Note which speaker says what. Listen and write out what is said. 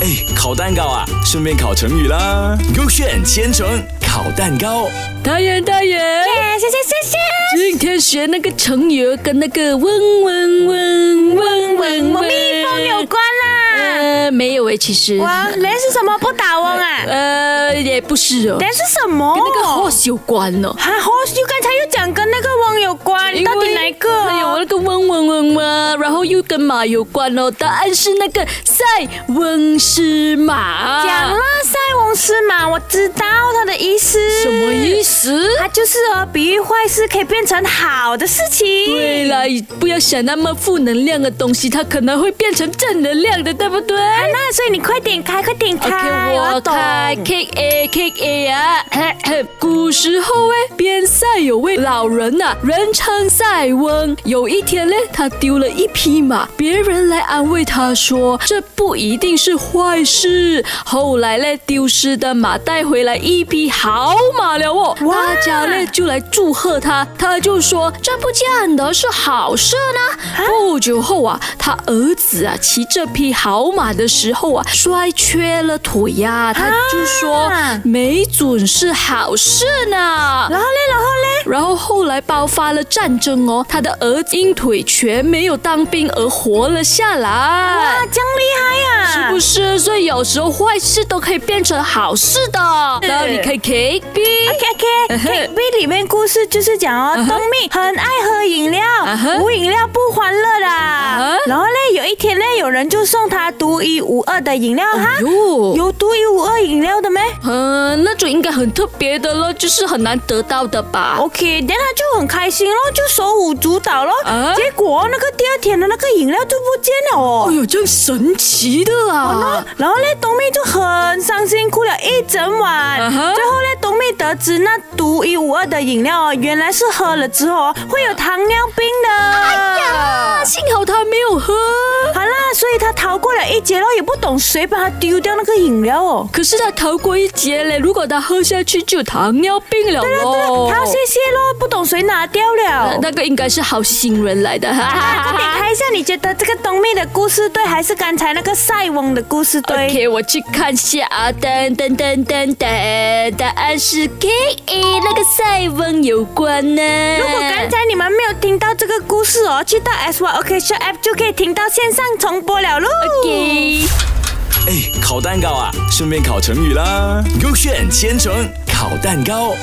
Speaker 1: 哎，烤蛋糕啊，顺便烤成语啦。勾选千层烤蛋糕，
Speaker 2: 大人大人，
Speaker 3: 哎，谢谢谢谢。
Speaker 2: 今天学那个成语跟那个嗡嗡嗡嗡嗡嗡
Speaker 3: 蜜蜂有关啦。
Speaker 2: 呃没有诶，其实
Speaker 3: 哇，雷是什么？不倒翁啊？
Speaker 2: 呃也不是哦，
Speaker 3: 雷是什么？
Speaker 2: 跟那个 horse 有关哦。
Speaker 3: 哈 horse，又刚才又讲跟那个翁有关，到底哪一个？
Speaker 2: 还有哎那个嗡嗡嗡嘛，然后又跟马有关哦。答案是那个塞翁失马。
Speaker 3: 讲了塞翁失马，我知道他的意思。
Speaker 2: 什么意思？
Speaker 3: 它就是哦，比喻坏事可以变成好的事情。
Speaker 2: 对了，不要想那么负能量的东西，它可能会变成正能量的，对不对
Speaker 3: 啊，那所以你快点开，快点开
Speaker 2: OK，我
Speaker 3: 要懂
Speaker 2: 开 K A K A 啊！古时候哎，边塞有位老人呐、人称塞翁。有一天呢，他丢了一匹马，别人来安慰他说这不一定是坏事。后来呢，丢失的马带回来一匹好马了哦，大家呢就来祝贺他，他就说这不见得是好事呢。不久后啊，他儿子啊骑这匹好马的时候啊，摔缺了腿呀、他就说
Speaker 3: 啊
Speaker 2: 没准是好事呢。
Speaker 3: 然后嘞，然后嘞，
Speaker 2: 然后后来爆发了战争哦，他的儿子因腿瘸没有当兵而活了下来，
Speaker 3: 啊哇，这样厉害啊呀、
Speaker 2: 哎是不是？所以有时候坏事都可以变成好事的。
Speaker 3: 是
Speaker 2: 然后你可以 K B。
Speaker 3: ？K K
Speaker 2: 哼
Speaker 3: K B 里面故事就是讲哦，
Speaker 2: 哼
Speaker 3: 东蜜很爱喝饮料
Speaker 2: 哼，
Speaker 3: 无饮料不欢乐啦
Speaker 2: 哼。
Speaker 3: 然后嘞，有一天嘞，有人就送他独一无二的饮料哈
Speaker 2: 哎，呦
Speaker 3: 有独一无二饮料的没
Speaker 2: 嗯，那种应该很特别的咯，就是很难得到的吧。
Speaker 3: ？OK，然后他就很开心咯，就手舞足蹈咯。
Speaker 2: 啊
Speaker 3: 结果那个第二天的那个饮料就不见了哦
Speaker 2: 哎。呦，这样神奇的啊！
Speaker 3: 然后嘞，冬妹就很伤心，哭了一整晚。
Speaker 2: 嗯哼
Speaker 3: 最后嘞，冬妹得知那独一无二的饮料哦，原来是喝了之后哦会有糖尿病的。
Speaker 2: 啊幸好他没有喝。
Speaker 3: 好啦，所以她逃过了一劫咯，也不懂谁把她丢掉那个饮料哦。
Speaker 2: 可是他逃过一劫嘞，如果他喝下去就有糖尿病了喽。
Speaker 3: 她谢谢咯，不懂谁拿掉
Speaker 2: 哦
Speaker 3: 了
Speaker 2: 那。那个应该是好心人来的，哈
Speaker 3: 啊，
Speaker 2: 哈
Speaker 3: 快点
Speaker 2: 哈哈。
Speaker 3: 开一下，你觉得这个冬妹的故事对，还是刚才那个塞翁的故事对
Speaker 2: OK，我去看下啊，噔噔噔噔噔，答案是 K A 那个塞翁有关呢。
Speaker 3: 如果刚才你们没有听到这个故事哦，去到 S Y OK Show App 就可以听到线上重播了喽。
Speaker 2: OK。
Speaker 1: 哎，烤蛋糕啊，顺便烤成语啦。勾选千层烤蛋糕。